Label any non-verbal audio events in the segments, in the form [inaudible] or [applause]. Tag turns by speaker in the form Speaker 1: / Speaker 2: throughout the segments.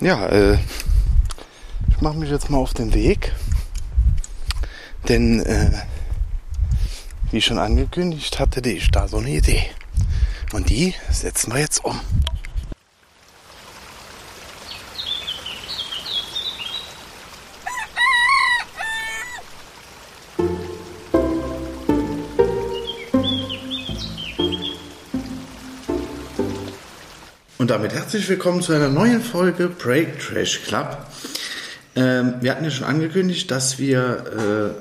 Speaker 1: Ja, äh, ich mache mich jetzt mal auf den Weg. Denn, äh, wie schon angekündigt, hatte ich da so eine Idee. Und die setzen wir jetzt um. Und damit herzlich willkommen zu einer neuen Folge Break Trash Club. Ähm, wir hatten ja schon angekündigt, dass wir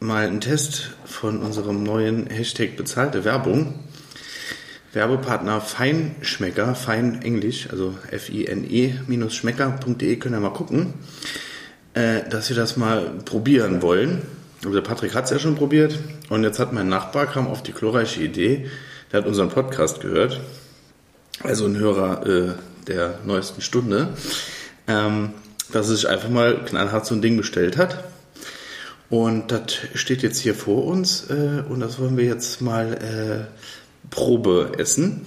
Speaker 1: äh, mal einen Test von unserem neuen Hashtag bezahlte Werbung, Werbepartner Feinschmecker, Fein Englisch, also F-I-N-E-Schmecker.de, E, können wir mal gucken, äh, dass wir das mal probieren wollen. Also der Patrick hat es ja schon probiert und jetzt hat mein Nachbar kam auf die glorreiche Idee, der hat unseren Podcast gehört also ein Hörer äh, der neuesten Stunde, ähm, dass er sich einfach mal knallhart so ein Ding bestellt hat. Und das steht jetzt hier vor uns äh, und das wollen wir jetzt mal äh, Probe essen.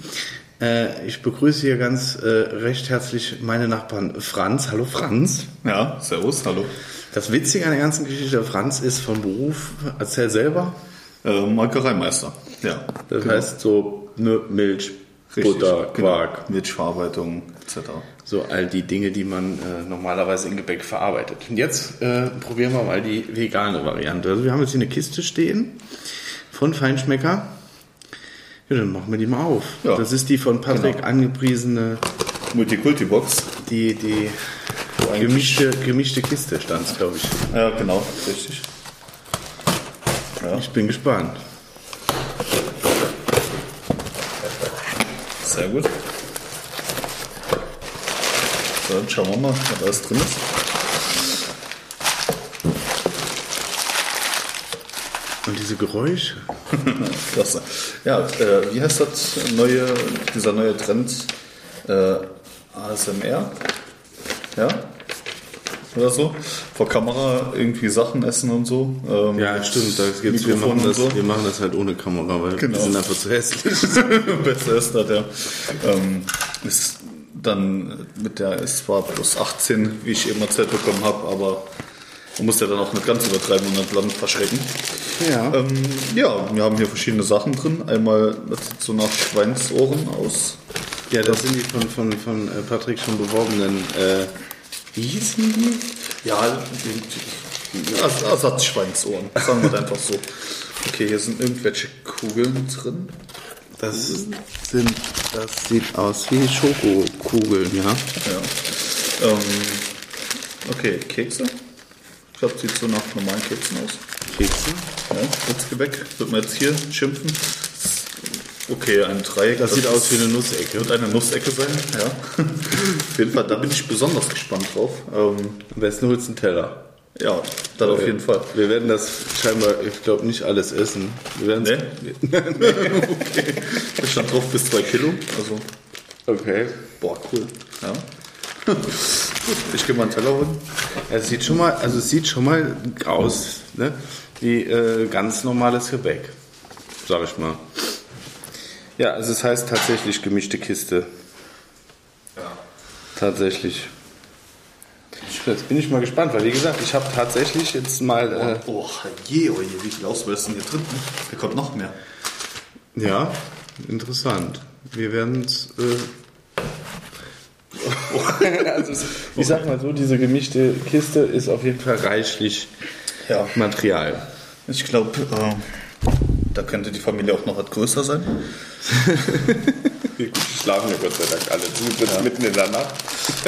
Speaker 1: Äh, ich begrüße hier ganz äh, recht herzlich meine Nachbarn Franz. Hallo Franz.
Speaker 2: Ja, servus, hallo.
Speaker 1: Das Witzige an der ganzen Geschichte, Franz ist von Beruf, erzähl selber,
Speaker 2: Äh, Molkereimeister. Ja.
Speaker 1: das heißt so ne, Milch, Butter, Quark,
Speaker 2: Genau. Milchverarbeitung etc.
Speaker 1: So all die Dinge, die man äh, normalerweise in Gebäck verarbeitet. Und jetzt äh, probieren wir mal die vegane Variante. Also wir haben jetzt hier eine Kiste stehen von Feinschmecker. Ja, dann machen wir die mal auf.
Speaker 2: Ja.
Speaker 1: Das ist die von Patrick
Speaker 2: Genau.
Speaker 1: angepriesene,
Speaker 2: Multikulti-Box.
Speaker 1: die, die
Speaker 2: eigentlich-
Speaker 1: gemischte, gemischte Kiste stand es, glaube ich.
Speaker 2: Ja, genau, richtig.
Speaker 1: Ich bin gespannt.
Speaker 2: Sehr gut. So, dann schauen wir mal, was alles drin ist.
Speaker 1: Und diese Geräusche.
Speaker 2: Klasse. Ja, äh, wie heißt das neue, dieser neue Trend? Äh, ASMR? Ja? Oder so? Vor Kamera irgendwie Sachen essen und so. Ähm,
Speaker 1: Ja, stimmt. Das gibt's, wir,
Speaker 2: Mikrofon
Speaker 1: machen das,
Speaker 2: und so.
Speaker 1: wir machen das halt ohne Kamera, weil
Speaker 2: Genau.
Speaker 1: wir sind einfach zu hässlich.
Speaker 2: [laughs] Besser ist das, ja. Ähm, ist dann mit der, es war plus 18, wie ich eben erzählt bekommen habe, aber man muss ja dann auch nicht ganz übertreiben und nicht lang verschrecken.
Speaker 1: [laughs] Ja.
Speaker 2: Ähm, ja, wir haben hier verschiedene Sachen drin. Einmal, das sieht so nach Schweinsohren aus.
Speaker 1: Ja, das sind die von, von, von äh, Patrick schon beworbenen. Äh, wie hießen die?
Speaker 2: Ja, Ers Ersatzschweinsohren, sagen wir es einfach so. Okay, hier sind irgendwelche Kugeln drin.
Speaker 1: Das sind, das sieht aus wie Schokokugeln, ja.
Speaker 2: Ja. Ähm, okay, Kekse. Ich glaube, sieht so nach normalen Keksen aus.
Speaker 1: Kekse.
Speaker 2: Ja, Putzgebäck, wird man jetzt hier schimpfen. Okay, ein Dreieck.
Speaker 1: Das sieht aus wie eine
Speaker 2: Wird
Speaker 1: Nussecke.
Speaker 2: eine Nussecke sein, ja. auf jeden Fall, da bin ich besonders gespannt drauf. Ähm,
Speaker 1: Am besten holst du einen Teller.
Speaker 2: ja, dann
Speaker 1: Äh.
Speaker 2: auf jeden Fall.
Speaker 1: Wir werden das scheinbar, ich glaube, nicht alles essen. Wir werden's- [laughs]
Speaker 2: Ne? [laughs] okay. Da stand drauf bis 2 Kilo. Also,
Speaker 1: Okay.
Speaker 2: boah, cool. Ja. [laughs] Gut, ich gehe mal einen Teller holen.
Speaker 1: Es sieht schon mal, also es sieht schon mal aus, ne? Wie äh, ganz normales Gebäck. Sag ich mal. Ja, also es heißt tatsächlich gemischte Kiste.
Speaker 2: Ja.
Speaker 1: Tatsächlich. Jetzt bin ich mal gespannt, weil wie gesagt, ich habe tatsächlich jetzt mal.
Speaker 2: Oh, je, oh je, wie viel Auswahl ist denn hier drin? Da kommt noch mehr.
Speaker 1: Äh, ja, interessant. Wir werden es. Äh, [laughs] also, es- ich sag mal so, diese gemischte Kiste ist auf jeden Fall reichlich
Speaker 2: Ja.
Speaker 1: Material.
Speaker 2: Ich glaube, da könnte die Familie auch noch etwas größer sein.
Speaker 1: Wir schlafen ja Gott sei Dank alle. Du bist mitten in der Nacht.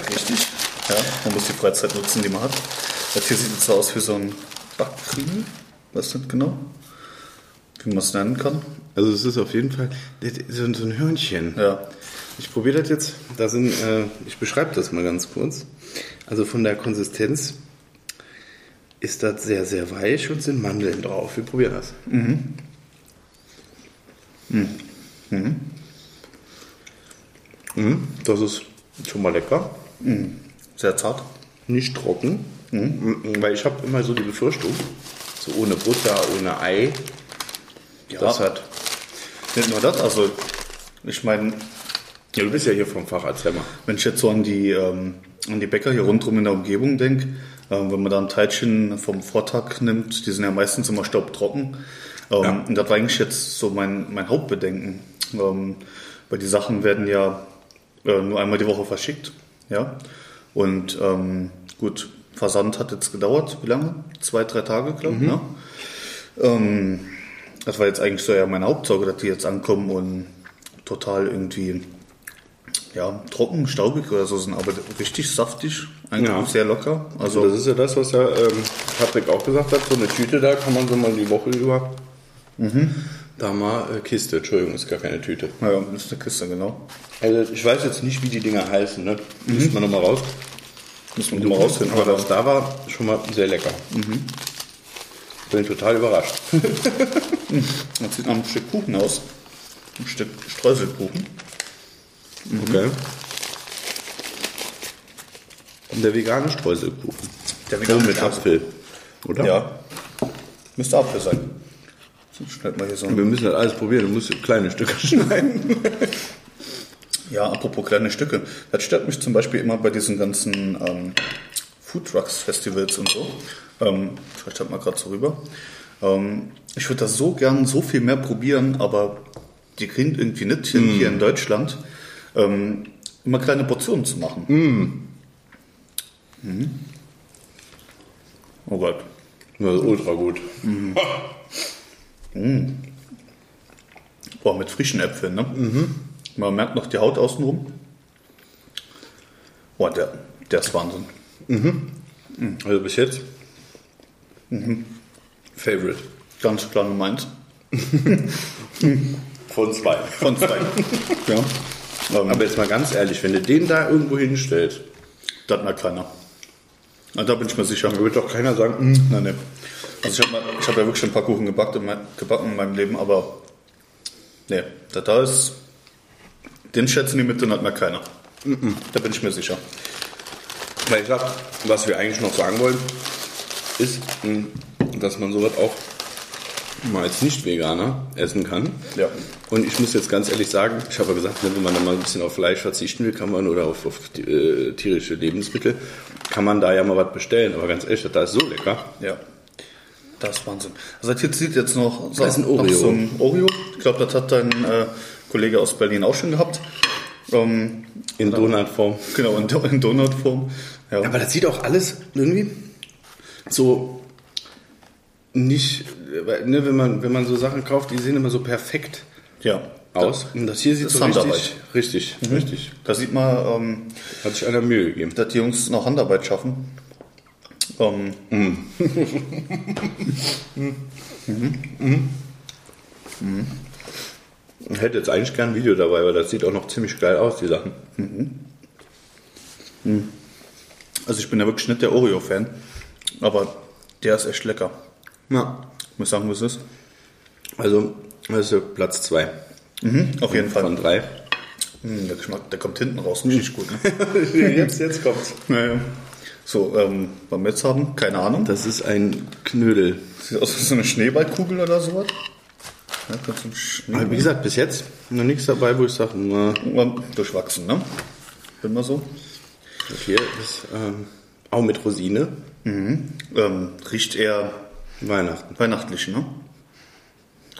Speaker 2: Richtig. Ja, man muss die Freizeit nutzen, die man hat. Das hier sieht jetzt so aus wie so ein Backkrümel. Weißt du nicht genau? Wie man es nennen kann.
Speaker 1: Also, es ist auf jeden Fall das ist so ein so ein Hörnchen.
Speaker 2: Ja.
Speaker 1: Ich probiere das jetzt. Da sind, äh, ich beschreibe das mal ganz kurz. Also von der Konsistenz ist das sehr, sehr weich und sind Mandeln drauf. Wir probieren das. Mhm. Mhm, Das ist schon mal lecker.
Speaker 2: Sehr zart.
Speaker 1: Nicht trocken. Mhm, Weil ich habe immer so die Befürchtung, so ohne Butter, ohne Ei,
Speaker 2: Ja.
Speaker 1: das hat
Speaker 2: Nicht nur das, also ich meine,
Speaker 1: Ja, du bist ja hier vom Fach, erzähl mal.
Speaker 2: Wenn ich jetzt so an die, ähm, an die Bäcker hier rundherum in der Umgebung denke, ähm, wenn man da ein Teilchen vom Vortag nimmt, die sind ja meistens immer staubtrocken. Ähm,
Speaker 1: Ja.
Speaker 2: Und das war eigentlich jetzt so mein, mein Hauptbedenken. Ähm, weil die Sachen werden ja äh, nur einmal die Woche verschickt. Ja? Und ähm, gut, Versand hat jetzt gedauert, wie lange? Zwei, drei Tage, glaube ich.
Speaker 1: Mhm.
Speaker 2: Ne? Ähm, das war jetzt eigentlich so ja meine Hauptsorge, dass die jetzt ankommen und total irgendwie ja, trocken, staubig oder so sind, aber richtig saftig, eigentlich
Speaker 1: Ja.
Speaker 2: sehr locker. Also
Speaker 1: Also das ist ja das, was ja ähm, Patrick auch gesagt hat. So eine Tüte da kann man so mal die Woche über.
Speaker 2: Mhm.
Speaker 1: Da mal äh, Kiste, Entschuldigung, ist gar keine Tüte.
Speaker 2: Naja, das ist eine Kiste, genau.
Speaker 1: Also ich weiß jetzt nicht, wie die Dinger heißen, ne?
Speaker 2: Mhm.
Speaker 1: Müssen wir nochmal raus.
Speaker 2: Müssen wir
Speaker 1: Du
Speaker 2: mal
Speaker 1: rausfinden,
Speaker 2: rausfinden.
Speaker 1: aber
Speaker 2: Oder?
Speaker 1: das da war schon mal sehr lecker.
Speaker 2: Mhm.
Speaker 1: Bin total überrascht.
Speaker 2: Das sieht nach einem Stück Kuchen aus. Ein Stück Streuselkuchen. Mhm.
Speaker 1: Okay. Und der vegane Streuselkuchen.
Speaker 2: Der
Speaker 1: Oh,
Speaker 2: vegane
Speaker 1: mit Apfel. Oder?
Speaker 2: Ja. Müsste Apfel sein. So, Schneid mal hier so.
Speaker 1: Wir müssen das alles probieren. Du musst kleine Stücke [laughs] schneiden.
Speaker 2: [laughs] Ja, apropos kleine Stücke. Das stört mich zum Beispiel immer bei diesen ganzen ähm, Foodtrucks-Festivals und so. Ähm, ich halte mal gerade so rüber. Ähm, ich würde das so gern so viel mehr probieren, aber die kriegen irgendwie nicht hin, hier in Deutschland ähm, immer kleine Portionen zu machen. Mhm. Oh Gott.
Speaker 1: Das ist ultra gut.
Speaker 2: Boah, mit frischen Äpfeln, ne? Man merkt noch die Haut außenrum. Boah, der, der ist Wahnsinn.
Speaker 1: Also bis jetzt.
Speaker 2: Mhm.
Speaker 1: Favorite.
Speaker 2: Ganz klar Nummer eins.
Speaker 1: Von zwei.
Speaker 2: Von zwei. ja. Ähm,
Speaker 1: Aber jetzt mal ganz ehrlich, wenn du den da irgendwo hinstellst,
Speaker 2: das merkt keiner. Na, da bin ich mir sicher.
Speaker 1: dann wird doch keiner sagen, "Mm,
Speaker 2: Nein, nee. Also ich habe hab ja wirklich schon ein paar Kuchen gebackt in mein, gebacken in meinem Leben, aber nee, das da ist, den Schätz in die Mitte hat mir keiner. Da bin ich mir sicher.
Speaker 1: Weil ich glaube, was wir eigentlich noch sagen wollen, ist, mh, dass man sowas auch mal als Nicht-Veganer essen kann.
Speaker 2: Ja.
Speaker 1: Und ich muss jetzt ganz ehrlich sagen, ich habe ja gesagt, ne, wenn man da mal ein bisschen auf Fleisch verzichten will, kann man oder auf, auf die, äh, tierische Lebensmittel, kann man da ja mal was bestellen. Aber ganz ehrlich, das da ist so lecker.
Speaker 2: Ja. Das ist Wahnsinn. Also das hier sieht jetzt noch so,
Speaker 1: Da ist ein
Speaker 2: noch
Speaker 1: Oreo.
Speaker 2: so ein Oreo. Ich glaube, das hat dein äh, Kollege aus Berlin auch schon gehabt. Ähm,
Speaker 1: In Donutform.
Speaker 2: genau, in, Do- in Donutform. Ja.
Speaker 1: Aber das sieht auch alles irgendwie so nicht, äh, ne, wenn man, wenn man so Sachen kauft, die sehen immer so perfekt
Speaker 2: ja.
Speaker 1: aus. Und das hier sieht
Speaker 2: Das
Speaker 1: so
Speaker 2: ist
Speaker 1: richtig,
Speaker 2: Handarbeit.
Speaker 1: richtig, richtig.
Speaker 2: Da sieht man, ähm,
Speaker 1: Hat sich einer Mühe gegeben.
Speaker 2: dass die Jungs noch Handarbeit schaffen. Ähm,
Speaker 1: Ich hätte jetzt eigentlich gern ein Video dabei, weil das sieht auch noch ziemlich geil aus, die Sachen.
Speaker 2: Also ich bin ja wirklich nicht der Oreo-Fan, aber der ist echt lecker.
Speaker 1: Ja.
Speaker 2: Muss sagen, was es ist.
Speaker 1: Also, das ist ja Platz 2
Speaker 2: Auf jeden
Speaker 1: von
Speaker 2: Fall.
Speaker 1: 3.
Speaker 2: Hm, der Geschmack, der kommt hinten raus, richtig gut. Ne?
Speaker 1: [laughs] jetzt, jetzt kommt's.
Speaker 2: naja. So, ähm, was wir jetzt haben, keine Ahnung.
Speaker 1: Das ist ein Knödel.
Speaker 2: Sieht aus wie so eine Schneeballkugel oder sowas. Ja, ganz so ein Schnee
Speaker 1: Aber wie gesagt, bis jetzt noch nichts dabei, wo ich sage, na,
Speaker 2: Irgendwann durchwachsen, ne? Immer so.
Speaker 1: hier ist ähm, auch mit Rosine
Speaker 2: Ähm, riecht eher
Speaker 1: Weihnachten.
Speaker 2: weihnachtlich, ne?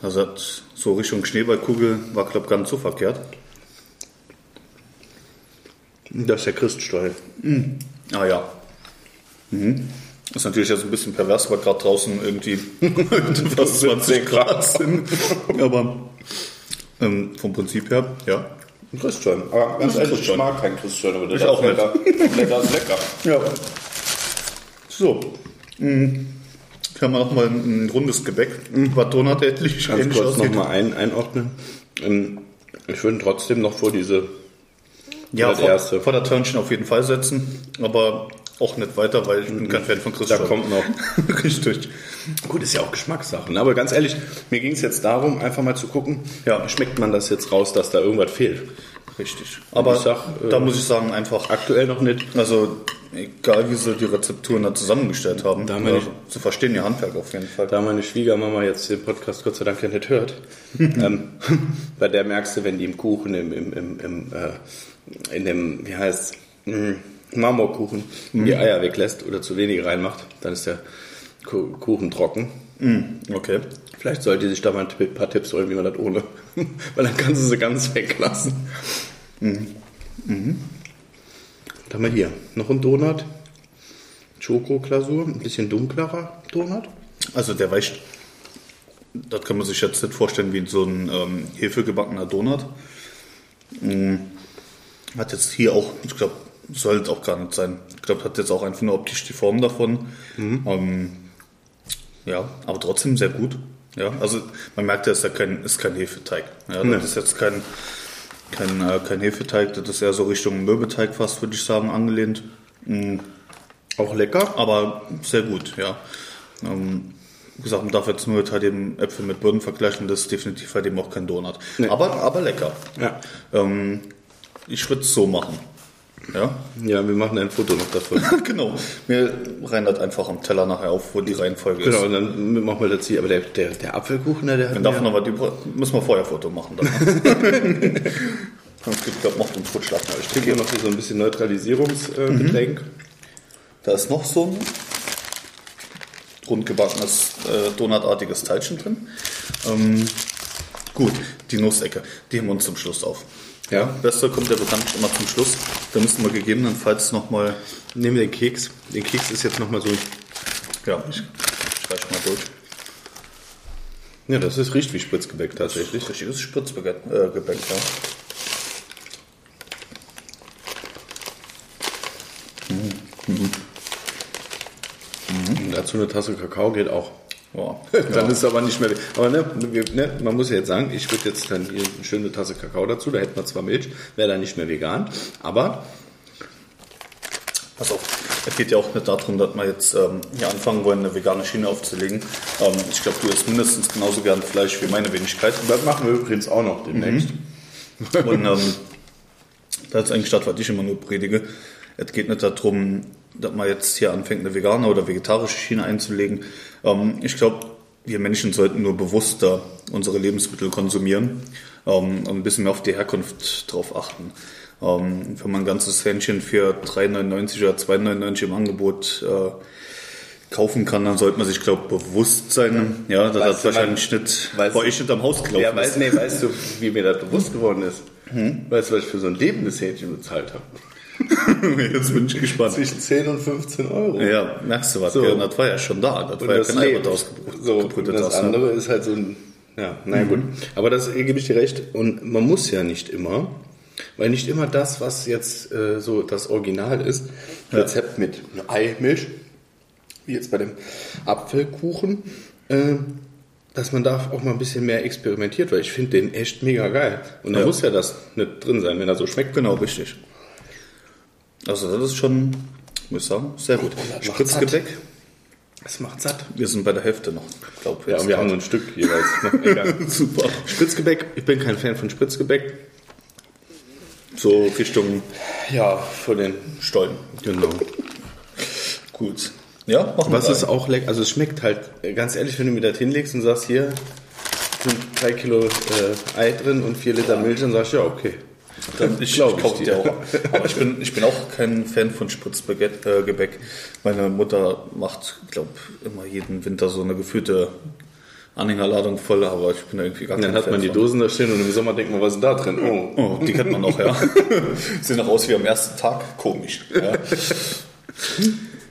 Speaker 2: Also hat so Richtung Schneeballkugel war, glaube ich, gar nicht so verkehrt.
Speaker 1: Das ist der Christstollen.
Speaker 2: Ah ja. Mhm. Ist natürlich jetzt ein bisschen pervers, weil gerade draußen irgendwie [laughs] fast 20 Grad sind. Aber ähm, vom Prinzip her, ja.
Speaker 1: Ein Christstollen. Aber ganz ehrlich,
Speaker 2: Ein
Speaker 1: ich
Speaker 2: Christstollen.
Speaker 1: mag keinen Christstollen, aber der
Speaker 2: Ich
Speaker 1: ist
Speaker 2: auch nicht.
Speaker 1: lecker. Der ist [laughs] lecker.
Speaker 2: Ja. So. Mhm. Können wir nochmal ein ein rundes Gebäck. Was Donut ähnlich,
Speaker 1: Mhm. Ganz
Speaker 2: ähnlich
Speaker 1: kurz
Speaker 2: aussieht.
Speaker 1: nochmal ein, einordnen. Ähm, ich würde trotzdem noch vor diese
Speaker 2: Ja,
Speaker 1: das
Speaker 2: vor,
Speaker 1: Erste.
Speaker 2: vor der Törnchen auf jeden Fall setzen. Aber auch nicht weiter, weil ich bin kein Fan von
Speaker 1: Mhm. Da
Speaker 2: Christoph.
Speaker 1: kommt noch.
Speaker 2: [laughs] Richtig.
Speaker 1: Gut, ist ja auch Geschmackssache. Ne? Aber ganz ehrlich, mir ging es jetzt darum, einfach mal zu gucken,
Speaker 2: Ja.
Speaker 1: schmeckt man das jetzt raus, dass da irgendwas fehlt.
Speaker 2: Richtig. Aber
Speaker 1: Ich sag, äh,
Speaker 2: da muss ich sagen, einfach
Speaker 1: Aktuell noch nicht.
Speaker 2: Also Egal, wie sie die Rezepturen da zusammengestellt haben.
Speaker 1: Da
Speaker 2: Da
Speaker 1: haben wir
Speaker 2: ja,
Speaker 1: nicht-
Speaker 2: zu verstehen, ihr Handwerk auf jeden Fall.
Speaker 1: Da meine Schwiegermama jetzt den Podcast Gott sei Dank ja nicht hört, ähm, [laughs] bei der merkst du, wenn die im Kuchen, im, im, im, im äh, in dem, wie heißt Marmorkuchen, die Eier weglässt oder zu wenig reinmacht, dann ist der Ku- Kuchen trocken.
Speaker 2: Okay.
Speaker 1: Vielleicht sollte sie sich da mal ein Tipp- paar Tipps holen, wie man das ohne, [laughs] weil dann kannst du sie ganz weglassen. Was haben wir hier? Noch ein Donut. Schokoklasur, ein bisschen dunklerer Donut.
Speaker 2: Also der weicht. Das kann man sich jetzt nicht vorstellen wie so ein ähm, hefegebackener Donut. Mm, Hat jetzt hier auch, ich glaube, soll es auch gar nicht sein. Ich glaube, hat jetzt auch einfach nur optisch die Form davon.
Speaker 1: Mhm.
Speaker 2: Ähm, ja, aber trotzdem sehr gut. Ja, also man merkt, das ist ja kein, ist kein Hefeteig. Ja, das
Speaker 1: Nee.
Speaker 2: ist jetzt kein, kein, äh, kein Hefeteig, das ist eher so Richtung Mürbeteig fast, würde ich sagen, angelehnt. Mm.
Speaker 1: Auch lecker.
Speaker 2: Aber sehr gut, ja. Ähm, wie gesagt, man darf jetzt nur halt eben Äpfel mit Birnen vergleichen, das ist definitiv halt eben auch kein Donut.
Speaker 1: Nee.
Speaker 2: Aber, aber lecker.
Speaker 1: Ja.
Speaker 2: Ähm, ich würde es so machen. Ja, [laughs]
Speaker 1: Ja, wir machen ein Foto noch davon. [laughs]
Speaker 2: genau. Mir rein das einfach am Teller nachher auf, wo die Reihenfolge
Speaker 1: genau,
Speaker 2: ist.
Speaker 1: und dann machen wir das hier. Aber der, der, der Apfelkuchen, ne, der hat.
Speaker 2: Wenn davon aber die müssen wir vorher Foto machen. Dann. ich glaube, macht einen Futschlag.
Speaker 1: ich trinke hier noch so ein bisschen Neutralisierungsgetränk.
Speaker 2: Da ist noch so ein rundgebackenes, äh, donutartiges Teilchen drin. Ähm, gut, die Nussecke, die haben wir uns zum Schluss auf.
Speaker 1: Ja.
Speaker 2: Beste kommt ja bekanntlich immer zum Schluss. Da müssen wir gegebenenfalls nochmal,
Speaker 1: Nehmen wir den Keks. Den Keks ist jetzt nochmal so.
Speaker 2: ja, ich streich mal durch.
Speaker 1: Ja, das ist riecht wie Spritzgebäck tatsächlich.
Speaker 2: Richtiges Spritzgebäck, äh, Gebäck, ja.
Speaker 1: Und dazu eine Tasse Kakao geht auch.
Speaker 2: ja. [laughs]
Speaker 1: [laughs] Dann ist aber nicht mehr. Aber ne, wir, ne, man muss ja jetzt sagen, ich würde jetzt dann hier eine schöne Tasse Kakao dazu, da hätten wir zwar Milch, wäre dann nicht mehr vegan, aber
Speaker 2: Pass auf, es geht ja auch nicht darum, dass wir jetzt ähm, hier anfangen wollen, eine vegane Schiene aufzulegen. Ähm, ich glaube, du isst mindestens genauso gern Fleisch wie meine Wenigkeit.
Speaker 1: das machen wir übrigens auch noch demnächst.
Speaker 2: Und ähm, das ist eigentlich das, was ich immer nur predige. Es geht nicht darum, dass man jetzt hier anfängt, eine vegane oder vegetarische Schiene einzulegen. Ähm, ich glaube, wir Menschen sollten nur bewusster unsere Lebensmittel konsumieren ähm, und ein bisschen mehr auf die Herkunft drauf achten. Ähm, wenn man ein ganzes Hähnchen für 3,99 oder 2,99 im Angebot äh, kaufen kann, dann sollte man sich, glaube ich, bewusst sein, ja, dass
Speaker 1: Weißt
Speaker 2: das
Speaker 1: du, man-
Speaker 2: wahrscheinlich
Speaker 1: weißt
Speaker 2: nicht bei
Speaker 1: du-
Speaker 2: euch nicht am Haus gelaufen
Speaker 1: Ja,
Speaker 2: ist.
Speaker 1: weißt, nee, weißt du, wie mir das bewusst geworden ist? Weißt du, was ich für so ein lebendes Hähnchen bezahlt habe?
Speaker 2: [laughs] Jetzt bin ich gespannt.
Speaker 1: Zwischen 10 und 15 Euro.
Speaker 2: Ja, merkst du was,
Speaker 1: So.
Speaker 2: gell? das war ja schon da. Das
Speaker 1: Und
Speaker 2: war ja
Speaker 1: das
Speaker 2: kein Albert
Speaker 1: lebt.
Speaker 2: ausgebrütet.
Speaker 1: So, und das Mhm. andere ist halt so ein. Ja, naja, gut. Aber das äh, gebe ich dir recht. Und man muss ja nicht immer, weil nicht immer das, was jetzt äh, so das Original ist, Rezept mit Ei, Milch, wie jetzt bei dem Apfelkuchen, äh, dass man da auch mal ein bisschen mehr experimentiert, weil ich finde den echt mega geil. Und da
Speaker 2: Ja.
Speaker 1: muss ja das nicht drin sein, wenn er so schmeckt.
Speaker 2: Genau, richtig. Also das ist schon, muss ich sagen, sehr gut.
Speaker 1: Und das macht
Speaker 2: Spritzgebäck,
Speaker 1: Das macht satt.
Speaker 2: wir sind bei der Hälfte noch, glaube
Speaker 1: Ja, und wir haben so ein Stück [laughs] jeweils. Egal.
Speaker 2: Super.
Speaker 1: Spritzgebäck, ich bin kein Fan von Spritzgebäck.
Speaker 2: So Richtung
Speaker 1: Ja, von den
Speaker 2: Stollen.
Speaker 1: Genau.
Speaker 2: Gut. Ja, machen
Speaker 1: Was
Speaker 2: wir
Speaker 1: ist auch lecker, also es schmeckt halt, äh, ganz ehrlich, wenn du mir das hinlegst und sagst, hier sind drei Kilo äh, Ei drin und vier Liter Milch, dann sagst du, ja, okay.
Speaker 2: Dann, ich
Speaker 1: glaub
Speaker 2: glaube,
Speaker 1: ich
Speaker 2: ich
Speaker 1: dir.
Speaker 2: kaufe dir auch. Aber ich bin, ich bin auch kein Fan von Spritzgebäck. Äh, Gebäck. Meine Mutter macht, ich glaube, immer jeden Winter so eine geführte Anhängerladung voll, aber ich bin da irgendwie gar
Speaker 1: Und
Speaker 2: kein
Speaker 1: dann hat
Speaker 2: Fan
Speaker 1: man die
Speaker 2: von.
Speaker 1: Dosen da stehen und im Sommer denkt man, was ist denn da drin? Oh.
Speaker 2: Oh, die kennt man noch, ja. [laughs] Sehen noch aus wie am ersten Tag. Komisch. Ja.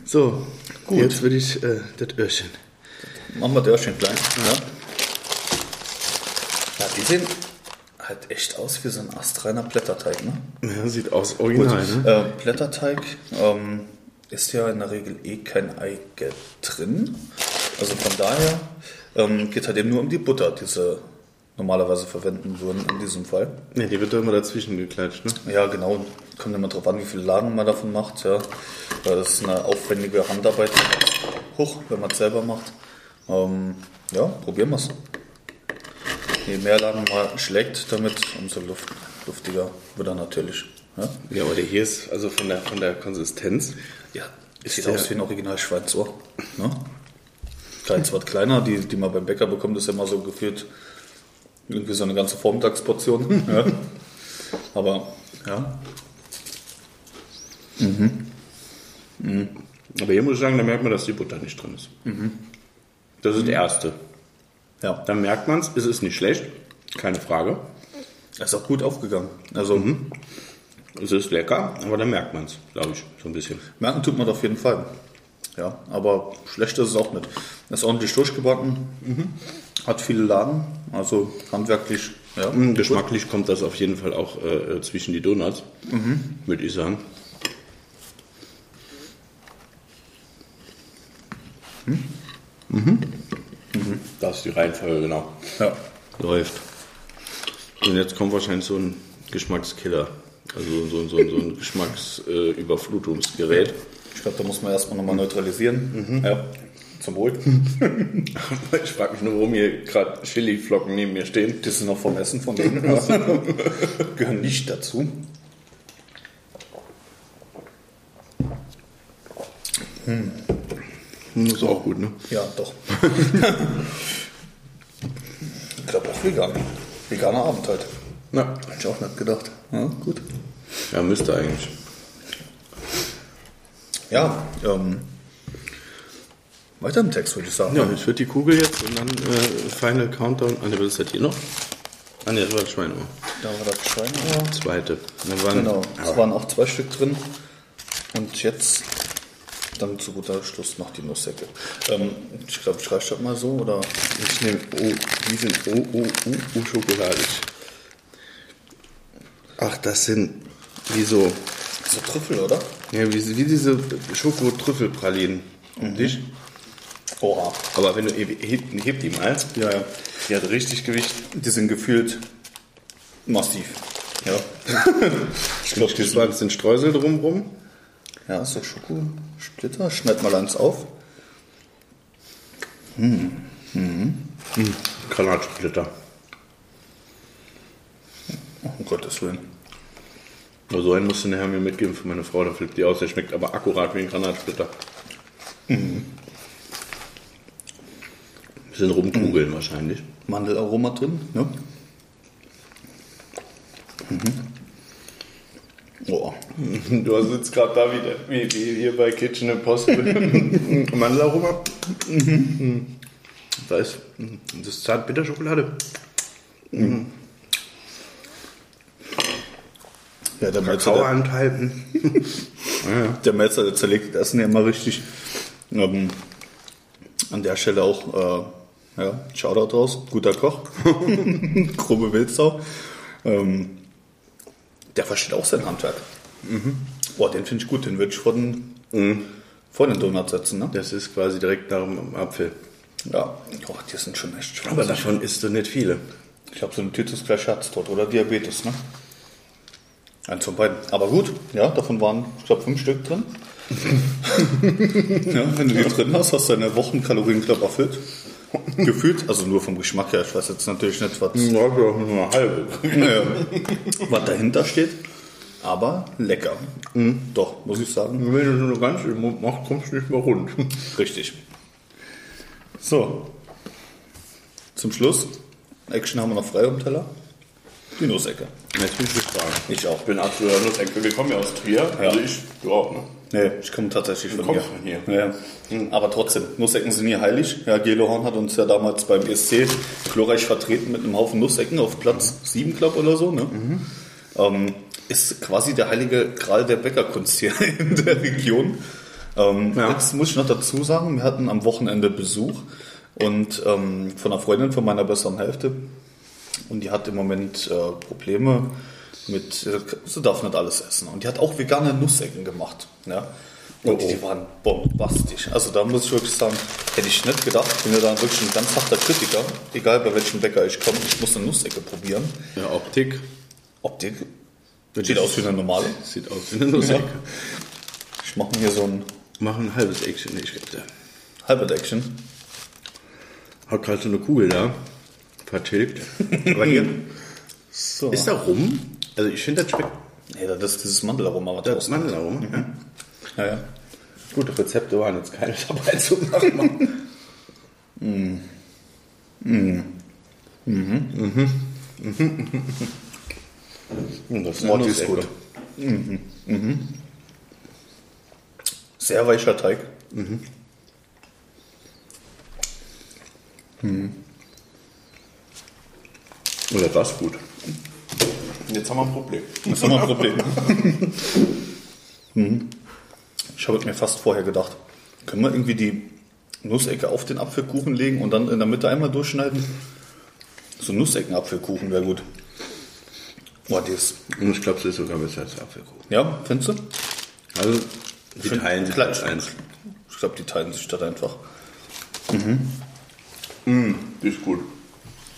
Speaker 1: So, gut. Jetzt will ich äh, das Öhrchen.
Speaker 2: Machen wir das schön klein. Ja. ja, die sehen halt echt aus wie so ein astreiner Blätterteig. Ne?
Speaker 1: Ja, sieht aus original, ne?
Speaker 2: Äh, Blätterteig ähm, ist ja in der Regel eh kein Eigelb drin. Also von daher ähm, geht halt eben nur um die Butter, die sie normalerweise verwenden würden in diesem Fall.
Speaker 1: Ne, die wird doch immer dazwischen geklatscht, ne?
Speaker 2: Ja, genau. Kommt immer drauf an, wie viel Lagen man davon macht. Ja. Weil Das ist eine aufwendige Handarbeit. Hoch, wenn man es selber macht. Ähm, ja, probieren wir es. Je mehr Lagen man schlägt damit, umso luft, luftiger wird er natürlich. Ja?
Speaker 1: Ja, aber der hier ist, also von der, von der Konsistenz,
Speaker 2: Ja, ist sieht
Speaker 1: der-
Speaker 2: aus wie ein Original Schweizer. Ne? Keins wird kleiner, die, die man beim Bäcker bekommt, ist ja mal so gefühlt irgendwie so eine ganze Vormittagsportion. [laughs] ja. Aber ja,
Speaker 1: aber hier muss ich sagen, da merkt man, dass die Butter nicht drin ist. Das ist der erste.
Speaker 2: ja,
Speaker 1: Da merkt man es, es ist nicht schlecht, keine Frage.
Speaker 2: ist auch gut aufgegangen. Also
Speaker 1: Es ist lecker, aber da merkt man es, glaube ich, so ein bisschen.
Speaker 2: merken tut man auf jeden Fall. Ja, aber schlecht ist es auch nicht. Ist ordentlich durchgebacken, hat viele Lagen, also handwerklich. Ja.
Speaker 1: Mm, Geschmacklich kommt das auf jeden Fall auch äh, äh, zwischen die Donuts, würde ich sagen. Hm? Mhm. Das ist die Reihenfolge, genau.
Speaker 2: ja.
Speaker 1: Läuft. Und jetzt kommt wahrscheinlich so ein Geschmackskiller. Also so, so, so [laughs] ein äh, Geschmacksüberflutungsgerät.
Speaker 2: Ich glaube, da muss man erstmal nochmal neutralisieren. Ja, zum Wohl.
Speaker 1: ich frage mich nur, warum hier gerade Chili-Flocken neben mir stehen.
Speaker 2: Die sind noch vom Essen von denen. [laughs] Gehören nicht dazu.
Speaker 1: Das ist auch gut, ne?
Speaker 2: Ja, doch. ich glaube auch vegan. Veganer Abend heute.
Speaker 1: Na,
Speaker 2: Hätte ich auch nicht gedacht. Ja, gut.
Speaker 1: ja, müsste eigentlich.
Speaker 2: Ja, ähm, weiter im Text würde ich sagen.
Speaker 1: Ja, ich würde die Kugel jetzt und dann äh, Final Countdown. Ah, ne, was ist das hier noch? Ah, ne, das war das Schweineohr.
Speaker 2: Da war das Schweinohr.
Speaker 1: Zweite. Da waren,
Speaker 2: Genau, es
Speaker 1: Ah,
Speaker 2: waren auch zwei Stück drin. Und jetzt, dann zu guter Schluss noch die Nusssäcke. Ähm, ich glaube, ich reiche das mal so, oder?
Speaker 1: ich nehme oh, die sind oh, oh, oh, oh, schokoladig. Ach, das sind wie so,
Speaker 2: So Trüffel, oder?
Speaker 1: ja, wie, wie diese Schokotrüffelpralinen. Mhm. Dich?
Speaker 2: Oha.
Speaker 1: Aber wenn du heb, heb, heb die mal,
Speaker 2: Ja, ja.
Speaker 1: die hat richtig Gewicht.
Speaker 2: Die sind gefühlt massiv. Ja. ich glaube, die
Speaker 1: Das
Speaker 2: sind.
Speaker 1: war ein bisschen Streusel drumrum.
Speaker 2: Ja, so Schokosplitter. Schneid mal eins auf.
Speaker 1: Granatsplitter.
Speaker 2: Um Gottes Willen.
Speaker 1: Aber So einen musst du nachher mir mitgeben für meine Frau, da flippt die aus. Der schmeckt aber akkurat wie ein Granatsplitter. Mhm. Bisschen rumtrugeln wahrscheinlich.
Speaker 2: Mandelaroma drin. Ne? Mhm. Oh.
Speaker 1: [laughs] Du sitzt gerade da wieder, wie, wie hier bei Kitchen [laughs] Impossible. Mandelaroma. da ist Mhm. das ist zart Bitterschokolade.
Speaker 2: Ja, der Melzer, der,
Speaker 1: Kaueranteil.
Speaker 2: der Melzer der zerlegt das Essen ja immer richtig. Ähm, an der Stelle auch äh, ja, Shoutout raus. Guter Koch. Grobe Wildsau. Ähm, der versteht auch sein Handwerk. Boah, den finde ich gut. Den würde ich vor den, vor den Donut setzen. Ne?
Speaker 1: [laughs] Das ist quasi direkt nach dem Apfel.
Speaker 2: Ja, oh, die sind schon echt schön.
Speaker 1: Aber davon isst du nicht viele.
Speaker 2: Ich glaube, so eine Tüte ist gleich Herztod oder Diabetes, ne? Eins von beiden. Aber gut, ja, davon waren, ich glaube, fünf Stück drin. ja, wenn du die drin hast, hast du deine Wochenkalorien, glaube ich, erfüllt. Gefühlt, also nur vom Geschmack her. Ich weiß jetzt natürlich nicht, was, [laughs] äh,
Speaker 1: Ja, doch nur eine halbe.
Speaker 2: was dahinter steht. Aber lecker. Doch, muss ich sagen.
Speaker 1: Wenn du so eine ganze im Mund machst, kommst du nicht mehr rund.
Speaker 2: Richtig. So. Zum Schluss. Action haben wir noch frei am Teller. Die Nussecke.
Speaker 1: Jetzt bin ich gespannt.
Speaker 2: Ich auch.
Speaker 1: Ich bin absoluter Nussenkel. Wir kommen ja aus Trier. Also ich, du auch, ne?
Speaker 2: Nee, ich komme tatsächlich von
Speaker 1: kommst
Speaker 2: hier.
Speaker 1: von hier. Hm.
Speaker 2: Ja, ja. Aber trotzdem, Nussecken sind hier heilig. Ja, Gelohorn hat uns ja damals beim ESC glorreich vertreten mit einem Haufen Nussecken auf Platz 7, glaube oder so. Ne?
Speaker 1: Mhm.
Speaker 2: Ähm, ist quasi der heilige Gral der Bäckerkunst hier [laughs] in der Region. Ähm,
Speaker 1: Ja.
Speaker 2: Jetzt muss ich noch dazu sagen, wir hatten am Wochenende Besuch und ähm, von einer Freundin von meiner besseren Hälfte und die hat im Moment äh, Probleme mit, äh, sie darf nicht alles essen. Und die hat auch vegane Nussecken gemacht. Ja? Und
Speaker 1: Oh, oh.
Speaker 2: die waren bombastisch. Also da muss ich wirklich sagen, hätte ich nicht gedacht, ich bin ja dann wirklich ein ganz harter Kritiker, egal bei welchem Bäcker ich komme, ich muss eine Nussecke probieren.
Speaker 1: Ja, Optik.
Speaker 2: Optik sieht aus wie eine normale.
Speaker 1: Sieht aus wie eine Nussecke.
Speaker 2: Ich mache mir hier so ein
Speaker 1: Machen ein halbes Action. Nee, ich glaube, der
Speaker 2: halbes Action.
Speaker 1: hat gerade so eine Kugel da.
Speaker 2: [laughs]
Speaker 1: Vertilgt. Aber hier
Speaker 2: So.
Speaker 1: ist da rum. Also ich finde, das schmeckt
Speaker 2: Nee, das ist dieses Mandelaroma, was
Speaker 1: Das
Speaker 2: draußen
Speaker 1: Mandelaroma. Ja.
Speaker 2: Mhm. Ja, ja.
Speaker 1: Gute Rezepte waren jetzt keine dabei zum Nachmachen.
Speaker 2: [laughs] Mhm.
Speaker 1: mm. Mm. Mhm. Mhm. Mhm. Mhm. Das
Speaker 2: Wort
Speaker 1: Nuss
Speaker 2: ist
Speaker 1: echt
Speaker 2: gut. Sehr weicher Teig.
Speaker 1: Oder das ist gut. Jetzt haben wir ein Problem.
Speaker 2: Das haben wir ein Problem. [laughs] Mhm. ich habe es mir fast vorher gedacht. Können wir irgendwie die Nussecke auf den Apfelkuchen legen und dann in der Mitte einmal durchschneiden? So Nusseckenapfelkuchen wäre gut. Boah, die ist.
Speaker 1: Und ich glaube, es ist sogar besser als Apfelkuchen.
Speaker 2: Ja, findest du?
Speaker 1: Also, die
Speaker 2: find-
Speaker 1: teilen sich
Speaker 2: klar,
Speaker 1: als eins.
Speaker 2: Ich glaube, die teilen sich das einfach.
Speaker 1: Die ist gut.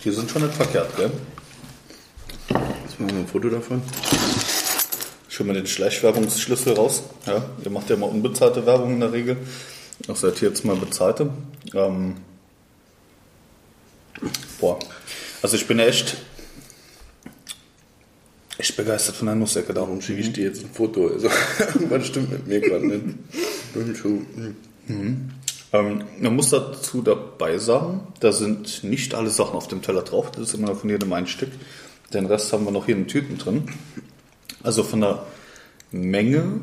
Speaker 2: Die sind schon nicht verkehrt, gell?
Speaker 1: Jetzt machen wir ein Foto davon.
Speaker 2: Schon mal den Schleichwerbungsschlüssel raus. Ja, ihr macht ja mal unbezahlte Werbung in der Regel. Auch seid ihr jetzt mal bezahlte. Ähm, boah. Also ich bin echt, echt begeistert von der Nussecke da.
Speaker 1: Warum schicke ich dir jetzt ein Foto? Also, [laughs] irgendwas stimmt mit mir gerade nicht. Bin schon- hm.
Speaker 2: Ähm, man muss dazu dabei sagen, da sind nicht alle Sachen auf dem Teller drauf. Das ist immer von jedem ein Stück. Den Rest haben wir noch hier in Tüten drin. Also von der Menge,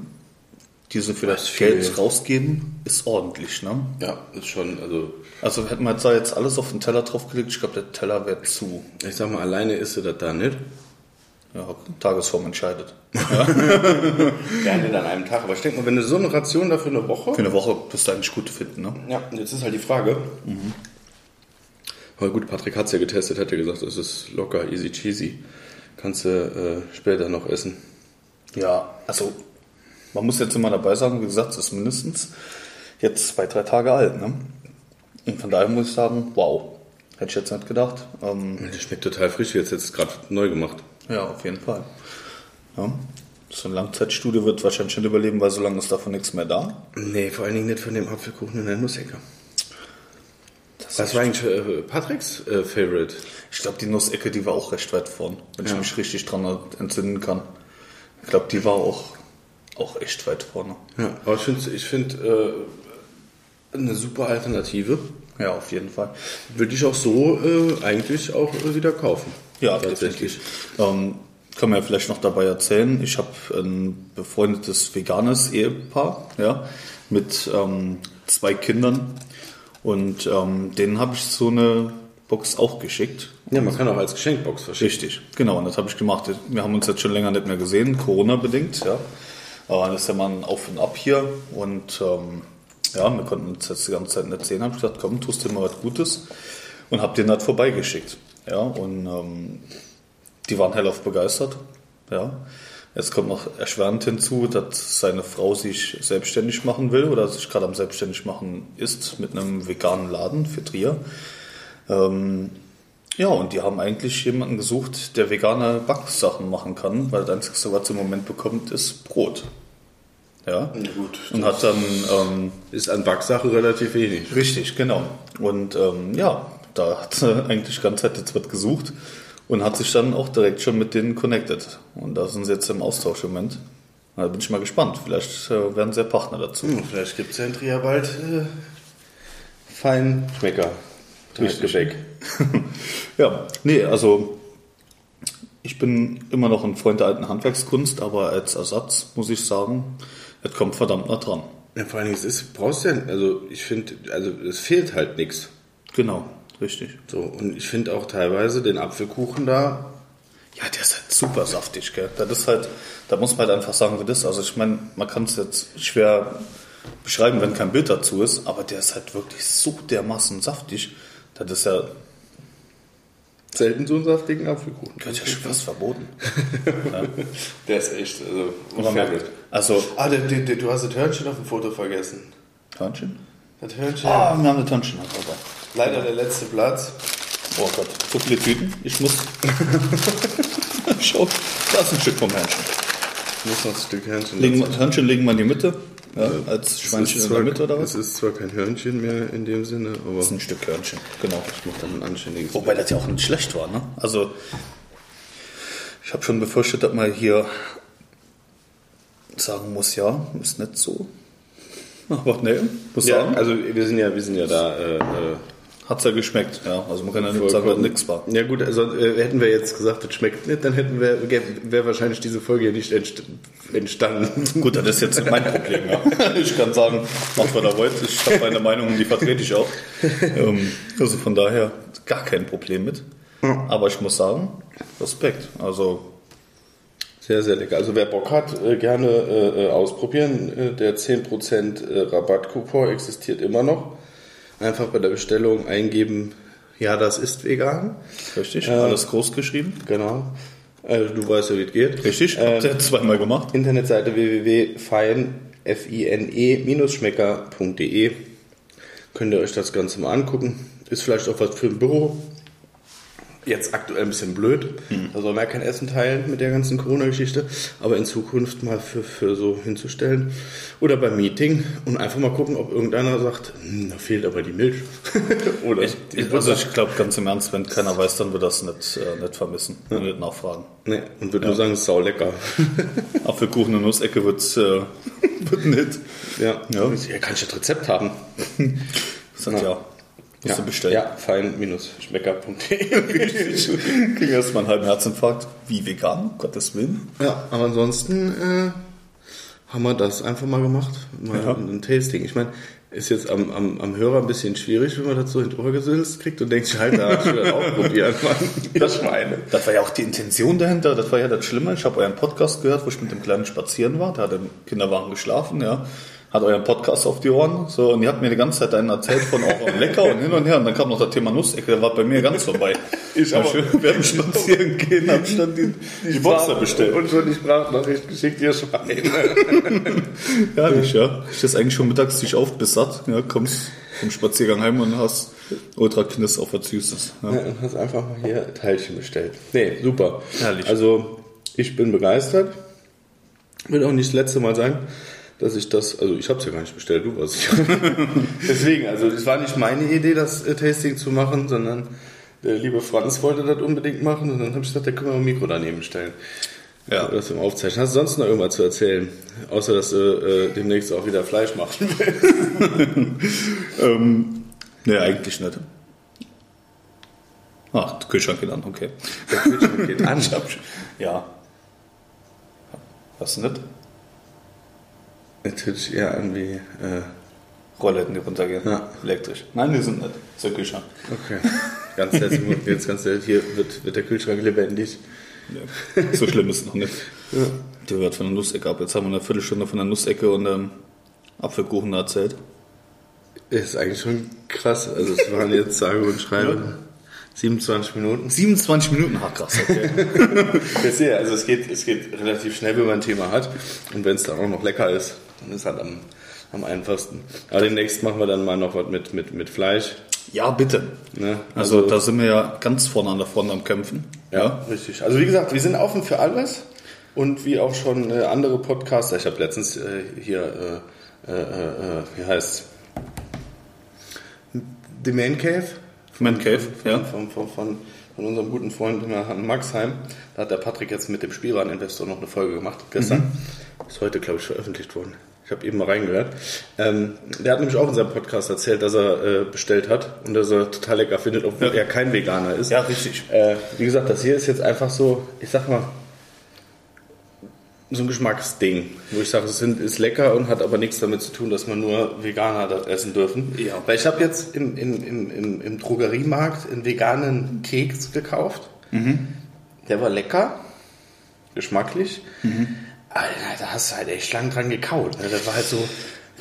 Speaker 2: die sie für das
Speaker 1: viel.
Speaker 2: Geld rausgeben, ist ordentlich. Ne?
Speaker 1: Ja, ist schon, also,
Speaker 2: Also hätten wir jetzt da jetzt alles auf den Teller draufgelegt, ich glaube, der Teller wäre zu.
Speaker 1: ich sag mal, alleine isst du das da nicht.
Speaker 2: Ja, Tagesform entscheidet.
Speaker 1: Ja, nicht an einem Tag. Aber ich denke mal, wenn du so eine Ration dafür eine Woche.
Speaker 2: Für eine Woche bist du eigentlich gut finden, ne?
Speaker 1: Ja, und jetzt ist halt die Frage. Aber gut, Patrick hat es ja getestet, hat ja gesagt, es ist locker, easy cheesy. Kannst du äh, später noch essen.
Speaker 2: Ja, also man muss jetzt immer dabei sagen, wie gesagt, es ist mindestens jetzt zwei, drei Tage alt, ne? Und von daher muss ich sagen, wow, hätte ich jetzt nicht gedacht. Ähm,
Speaker 1: Das schmeckt total frisch, jetzt jetzt gerade neu gemacht.
Speaker 2: ja, auf jeden Fall. Ja. So eine Langzeitstudie wird wahrscheinlich nicht überleben, weil so lange ist davon nichts mehr da.
Speaker 1: Nee, vor allen Dingen nicht von dem Apfelkuchen in der Nussecke.
Speaker 2: Das
Speaker 1: Das war eigentlich äh, Patricks äh, Favorite.
Speaker 2: Ich glaube, die Nussecke, die war auch recht weit vorn, wenn ich
Speaker 1: Ja.
Speaker 2: mich richtig dran entsinnen kann. Ich glaube, die war auch, auch echt weit vorne.
Speaker 1: Ja, aber ich finde ich find, äh, eine super Alternative.
Speaker 2: Ja, auf jeden Fall.
Speaker 1: Würde ich auch so äh, eigentlich auch äh, wieder kaufen.
Speaker 2: Ja, tatsächlich. Ähm, kann man ja vielleicht noch dabei erzählen. Ich habe ein befreundetes veganes Ehepaar, ja, mit ähm, zwei Kindern. Und ähm, denen habe ich so eine Box auch geschickt.
Speaker 1: Ja, man kann auch als Geschenkbox verschicken.
Speaker 2: Richtig, genau, und das habe ich gemacht. Wir haben uns jetzt schon länger nicht mehr gesehen, Corona-bedingt, ja. Aber das ist ja mal ein Auf und Ab hier. Und ähm, ja, wir konnten uns jetzt die ganze Zeit nicht sehen. Habe ich gesagt, komm, tust dir mal was Gutes. Und habe denen das vorbeigeschickt. Ja, und ähm, die waren hellauf begeistert. Ja. Jetzt kommt noch erschwerend hinzu, dass seine Frau sich selbstständig machen will oder sich gerade am selbstständig machen ist mit einem veganen Laden für Trier. Ähm, ja, und die haben eigentlich jemanden gesucht, der vegane Backsachen machen kann, weil das Einzige, was sie im Moment bekommt, ist Brot. Ja.
Speaker 1: Ja, gut.
Speaker 2: Und hat dann ähm,
Speaker 1: Ist an Backsachen relativ wenig.
Speaker 2: Richtig, genau. Und ähm, ja, da hat sie [laughs] eigentlich ganz Zeit jetzt was gesucht und hat sich dann auch direkt schon mit denen connected. Und da sind sie jetzt im Austausch im Moment. Da bin ich mal gespannt. Vielleicht äh, werden sie ja
Speaker 1: [laughs]
Speaker 2: Partner dazu.
Speaker 1: Hm, vielleicht gibt es ja in Trier bald äh, Feinschmecker.
Speaker 2: Richtig.
Speaker 1: Geschenk.
Speaker 2: Ja, nee, also ich bin immer noch ein Freund der alten Handwerkskunst, aber als Ersatz muss ich sagen, es kommt verdammt nah dran.
Speaker 1: Ja, vor allen Dingen, es ist, brauchst du ja, also ich finde, also es fehlt halt nichts.
Speaker 2: Genau, richtig.
Speaker 1: So, und ich finde auch teilweise den Apfelkuchen da
Speaker 2: Ja, der ist halt super saftig, gell? Das ist halt, da muss man halt einfach sagen, wie das ist. Also ich meine, man kann es jetzt schwer beschreiben, wenn kein Bild dazu ist, aber der ist halt wirklich so dermaßen saftig, das ist ja,
Speaker 1: selten so einen saftigen Apfelkuchen.
Speaker 2: gehört ja schon fast verboten.
Speaker 1: Der ist echt, also
Speaker 2: Und man merkt, also,
Speaker 1: Ah, der, der, der, du hast das Hörnchen auf dem Foto vergessen.
Speaker 2: Törnchen?
Speaker 1: Das Hörnchen,
Speaker 2: Ah, wir haben eine Törnchen halt dabei.
Speaker 1: leider der letzte Platz.
Speaker 2: Oh Gott, so viele Tüten, ich muss... [laughs] Schau, da ist ein Stück vom Hörnchen.
Speaker 1: Ich muss noch ein Stück Hörnchen.
Speaker 2: Legen,
Speaker 1: dazu.
Speaker 2: wir- Hörnchen legen wir in die Mitte, ja, als
Speaker 1: Es
Speaker 2: Schweinchen
Speaker 1: ist
Speaker 2: in der
Speaker 1: zwar-
Speaker 2: Mitte oder was?
Speaker 1: Es ist zwar kein Hörnchen mehr in dem Sinne, aber Oh.
Speaker 2: Das ist ein Stück Hörnchen, genau.
Speaker 1: macht dann ein anständiges.
Speaker 2: Wobei das ja auch nicht schlecht war, ne? Also, ich habe schon befürchtet, dass wir hier sagen muss, ja, ist nicht so. Aber nee, muss
Speaker 1: Ja,
Speaker 2: sagen,
Speaker 1: also wir sind ja, wir sind ja da. Äh, äh,
Speaker 2: hat's ja geschmeckt. Ja, also man kann ja nicht
Speaker 1: vollkommen-
Speaker 2: sagen, dass nichts war.
Speaker 1: Ja gut, also äh, hätten wir jetzt gesagt, das schmeckt nicht, dann hätten wir wäre wahrscheinlich diese Folge ja nicht entst entstanden.
Speaker 2: [laughs] Gut, das ist jetzt mein Problem. Ja. [laughs] Ich kann sagen, macht was ihr wollt. Ich habe meine Meinung, die vertrete ich auch. Ähm, also von daher gar kein Problem mit. Aber ich muss sagen, Respekt. Also
Speaker 1: Sehr, sehr lecker. Also wer Bock hat, äh, gerne äh, äh, ausprobieren. Äh, Der 10% äh, Rabattcoupon existiert immer noch. Einfach bei der Bestellung eingeben, ja, das ist vegan.
Speaker 2: richtig,
Speaker 1: Äh,
Speaker 2: alles groß geschrieben.
Speaker 1: Genau. Äh, du weißt ja, wie es geht. Äh,
Speaker 2: Richtig, habt ihr zweimal gemacht.
Speaker 1: Internetseite www.fein-schmecker.de Könnt ihr euch das Ganze mal angucken. Ist vielleicht auch was für ein Büro. Jetzt aktuell ein bisschen blöd. Da soll man ja kein Essen teilen mit der ganzen Corona-Geschichte. Aber in Zukunft mal für, für so hinzustellen. Oder beim Meeting und einfach mal gucken, ob irgendeiner sagt, "Hm, da fehlt aber die Milch. [laughs] Oder die Butter.
Speaker 2: Also ich glaube ganz im Ernst, wenn keiner weiß, dann wird das nicht, äh, nicht vermissen und nicht nachfragen.
Speaker 1: nee, und würde nur sagen, es ist saulecker.
Speaker 2: Auch für Kuchen und Nussecke wird es äh, [laughs] wird nicht.
Speaker 1: ja.
Speaker 2: Ja.
Speaker 1: ja, kann ich das Rezept haben.
Speaker 2: Sagt
Speaker 1: Ja.
Speaker 2: ja, musst du bestellen.
Speaker 1: Ja, fein-schmecker.de.
Speaker 2: Kriegen erstmal einen halben Herzinfarkt. Wie vegan, um Gottes Willen.
Speaker 1: Ja, aber ansonsten äh, haben wir das einfach mal gemacht. Mal
Speaker 2: Ja.
Speaker 1: ein Tasting. Ich meine, ist jetzt am, am, am Hörer ein bisschen schwierig, wenn man das so in die Ohr gesülzt kriegt und denkt, sich, halt, da hab ich will das auch probieren. Mann. Das Schweine.
Speaker 2: Das war ja auch die Intention dahinter, das war ja das Schlimme. Ich habe euren Podcast gehört, wo ich mit dem Kleinen spazieren war. Da hat der Kinderwagen geschlafen, ja. Hat euren Podcast auf die Ohren. So, und ihr habt mir die ganze Zeit einen erzählt von eurem Lecker und hin und her. Und dann kam noch das Thema Nussecke, der war bei mir ganz vorbei.
Speaker 1: [laughs] Ich
Speaker 2: Hab
Speaker 1: aber-
Speaker 2: schon- Wir haben spazieren gehen, haben schon die, die Boxer bestellt.
Speaker 1: Und schon die Sprachnachricht geschickt, ihr Schweine.
Speaker 2: Herrlich, ja. Ich das eigentlich schon mittags dich auf, bist satt. Ja, kommst vom Spaziergang heim und hast ultra kniss auf was Süßes. Ja.
Speaker 1: Ja, und hast einfach mal hier Teilchen bestellt. Nee, super.
Speaker 2: Herrlich.
Speaker 1: Also, ich bin begeistert. Wird auch nicht das letzte Mal sein, dass ich das, also ich habe es ja gar nicht bestellt, du warst [laughs] ja. Deswegen, also es war nicht meine Idee, das äh, Tasting zu machen, sondern der liebe Franz wollte das unbedingt machen und dann habe ich gesagt, da können wir ein Mikro daneben stellen.
Speaker 2: Ja.
Speaker 1: Das im Aufzeichnen. Hast du sonst noch irgendwas zu erzählen? Außer, dass du äh, demnächst auch wieder Fleisch machen willst.
Speaker 2: Ähm, nee, eigentlich nicht. Ah, Ach, der Kühlschrank geht an, okay.
Speaker 1: Der
Speaker 2: [laughs]
Speaker 1: Kühlschrank geht an.
Speaker 2: Ich hab schon- ja. Was nicht?
Speaker 1: Natürlich eher an wie, äh,
Speaker 2: Rollläden, die runtergehen.
Speaker 1: Ja.
Speaker 2: Elektrisch. Nein, die sind nicht. Das ist der Kühlschrank.
Speaker 1: Okay. Ganz herzlich, jetzt ganz herzlich. Hier wird, wird der Kühlschrank lebendig.
Speaker 2: Nee. [laughs] So schlimm ist es noch nicht. Die hört von der Nussecke ab. Jetzt haben wir eine Viertelstunde von der Nussecke und ähm, Apfelkuchen erzählt.
Speaker 1: Ist eigentlich schon krass. Also es waren jetzt sage und schreibe 27 Minuten.
Speaker 2: 27 Minuten, ha krass, okay.
Speaker 1: Ich sehe, also es geht, es geht relativ schnell, wenn man ein Thema hat. Und wenn es dann auch noch lecker ist, dann ist halt am, am einfachsten. Aber demnächst machen wir dann mal noch was mit, mit, mit Fleisch.
Speaker 2: [laughs] ja, bitte.
Speaker 1: Ne?
Speaker 2: Also, da sind wir ja ganz vorne an der Front am Kämpfen.
Speaker 1: Ja, richtig. Also wie gesagt, wir sind offen für alles und wie auch schon äh, andere Podcaster. Ich habe letztens äh, hier, äh, äh, äh, wie heißt The Man Cave
Speaker 2: Man Cave, ja.
Speaker 1: von, von, von, von unserem guten Freund immer an Maxheim. Da hat der Patrick jetzt mit dem Spielwareninvestor noch eine Folge gemacht, gestern.
Speaker 2: Mhm.
Speaker 1: Ist heute, glaube ich, veröffentlicht worden. Ich habe eben mal reingehört. Ähm, der hat nämlich auch in seinem Podcast erzählt, dass er äh, bestellt hat und dass er total lecker findet, obwohl er kein Veganer ist.
Speaker 2: Ja, richtig.
Speaker 1: Äh, wie gesagt, das hier ist jetzt einfach so, ich sag mal, so ein Geschmacksding, wo ich sage, es sind- ist lecker und hat aber nichts damit zu tun, dass man nur Veganer das essen dürfen.
Speaker 2: Ja.
Speaker 1: Weil ich habe jetzt im, im, im, im, im Drogeriemarkt einen veganen Keks gekauft. Der war lecker, geschmacklich.
Speaker 2: Mhm.
Speaker 1: Alter, da hast du halt echt lang dran gekaut. Ne? Das war halt so.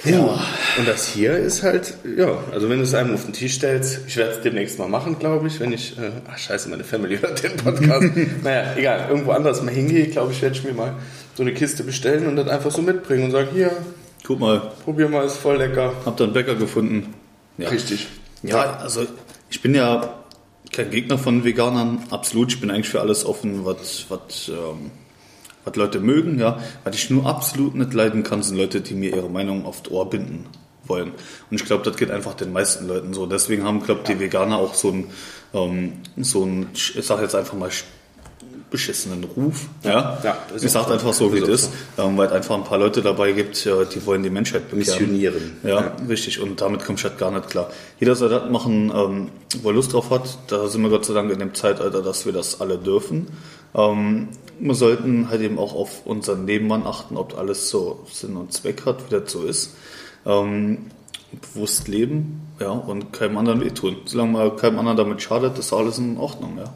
Speaker 1: puh. Und das hier ist halt, ja, also wenn du es einem auf den Tisch stellst, ich werde es demnächst mal machen, glaube ich, wenn ich, äh, ach scheiße, meine Family [laughs] hört den
Speaker 2: [laughs]
Speaker 1: Podcast. naja, egal, irgendwo anders mal hingehe, glaube ich, werde ich mir mal so eine Kiste bestellen und dann einfach so mitbringen und sagen, hier,
Speaker 2: Guck mal,
Speaker 1: probier mal, ist voll lecker.
Speaker 2: Habt ihr einen Bäcker gefunden? Ja.
Speaker 1: Richtig.
Speaker 2: Ja, also ich bin ja kein Gegner von Veganern, absolut. Ich bin eigentlich für alles offen, was, was, ähm, was Leute mögen. Ja. Was ich nur absolut nicht leiden kann, sind Leute, die mir ihre Meinung auf das Ohr binden wollen. Und ich glaube, das geht einfach den meisten Leuten so. Deswegen haben, glaube ich, die Veganer auch so ein, ähm, so ein, ich sag jetzt einfach mal, beschissenen Ruf. Ja,
Speaker 1: Ja, das ist
Speaker 2: ich sage
Speaker 1: auch so.
Speaker 2: einfach so, wie
Speaker 1: Ist
Speaker 2: es
Speaker 1: auch
Speaker 2: ist, ähm, weil es einfach ein paar Leute dabei gibt, ja, die wollen die Menschheit bekehren.
Speaker 1: Missionieren.
Speaker 2: Ja, richtig. Und damit kommt halt gar nicht klar. Jeder soll das machen, ähm, wo er Lust drauf hat. Da sind wir Gott sei Dank in dem Zeitalter, dass wir das alle dürfen. Ähm, wir sollten halt eben auch auf unseren Nebenmann achten, ob alles so Sinn und Zweck hat, wie das so ist. Ähm, bewusst leben, ja, und keinem anderen wehtun. Solange man keinem anderen damit schadet, ist alles in Ordnung, ja.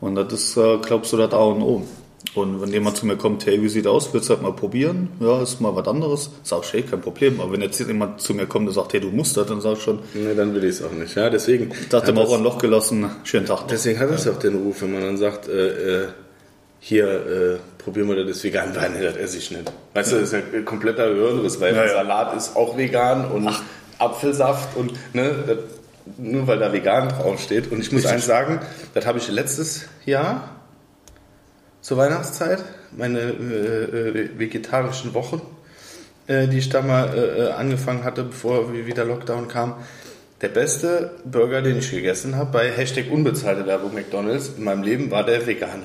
Speaker 2: Und das ist, äh, glaubst du, das A und O. Und wenn jemand zu mir kommt, hey, wie sieht aus, willst du das mal probieren? Ja, ist mal was anderes. Sag ich, hey, kein Problem. Aber wenn jetzt jemand zu mir kommt und sagt, hey, du musst das, dann sag ich schon,
Speaker 1: Ne, dann will ich es auch nicht. Ja, deswegen.
Speaker 2: dachte
Speaker 1: hat
Speaker 2: mir
Speaker 1: das,
Speaker 2: auch ein Loch gelassen, schönen Tag. noch.
Speaker 1: deswegen hat das ja auch den Ruf, wenn man dann sagt, äh, äh, hier, äh, probieren wir das vegan. [laughs] Nein, nee, das esse ich nicht. Weißt du, das ist ja kompletter Hirnriss, weil
Speaker 2: Ja, ja.
Speaker 1: Salat ist auch vegan und Apfelsaft und ne, das, nur weil da vegan draufsteht. Und ich muss eins sagen, das habe ich letztes Jahr zur Weihnachtszeit, meine äh, äh, vegetarischen Wochen, äh, die ich da mal äh, äh, angefangen hatte, bevor wie- wieder Lockdown kam. Der beste Burger, den ich gegessen habe, bei Hashtag unbezahlte Werbung McDonalds in meinem Leben, war der vegane.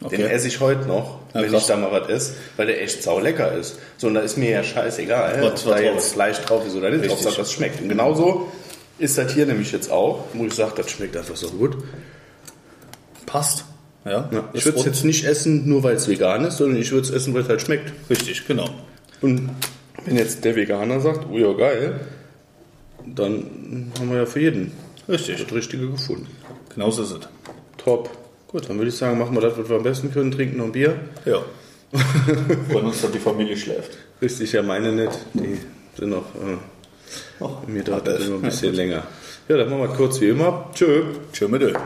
Speaker 1: Den
Speaker 2: Okay.
Speaker 1: esse ich heute noch,
Speaker 2: Ja,
Speaker 1: wenn
Speaker 2: krass.
Speaker 1: ich da mal was esse, weil der echt saulecker ist. So, und da ist mir ja scheißegal,
Speaker 2: Was-
Speaker 1: ob
Speaker 2: was
Speaker 1: da
Speaker 2: drauf
Speaker 1: jetzt
Speaker 2: ist.
Speaker 1: Fleisch drauf ist oder nicht,
Speaker 2: Richtig.
Speaker 1: Hauptsache das schmeckt. Und genauso ist das hier nämlich jetzt auch, wo ich sage, das schmeckt einfach so gut.
Speaker 2: Passt. Ja,
Speaker 1: Ja, ich
Speaker 2: Ist
Speaker 1: würde es
Speaker 2: rund.
Speaker 1: jetzt nicht essen, nur weil es vegan ist, sondern ich würde es essen, weil es halt schmeckt.
Speaker 2: Richtig, genau.
Speaker 1: Und wenn jetzt der Veganer sagt, oh ja, geil, dann haben wir ja für jeden
Speaker 2: Richtig.
Speaker 1: das Richtige gefunden.
Speaker 2: Genau so ist es.
Speaker 1: Top. Gut, dann würde ich sagen, machen wir das, was wir am besten können, trinken noch ein Bier. [laughs]
Speaker 2: Ja. Freuen uns, dass die Familie schläft.
Speaker 1: Richtig, ja, meine nicht. Die sind noch, äh,
Speaker 2: Oh,
Speaker 1: mir dauert das immer ein bisschen länger. Ja, dann machen wir kurz wie immer. Tschö.
Speaker 2: Tschö mit Öl.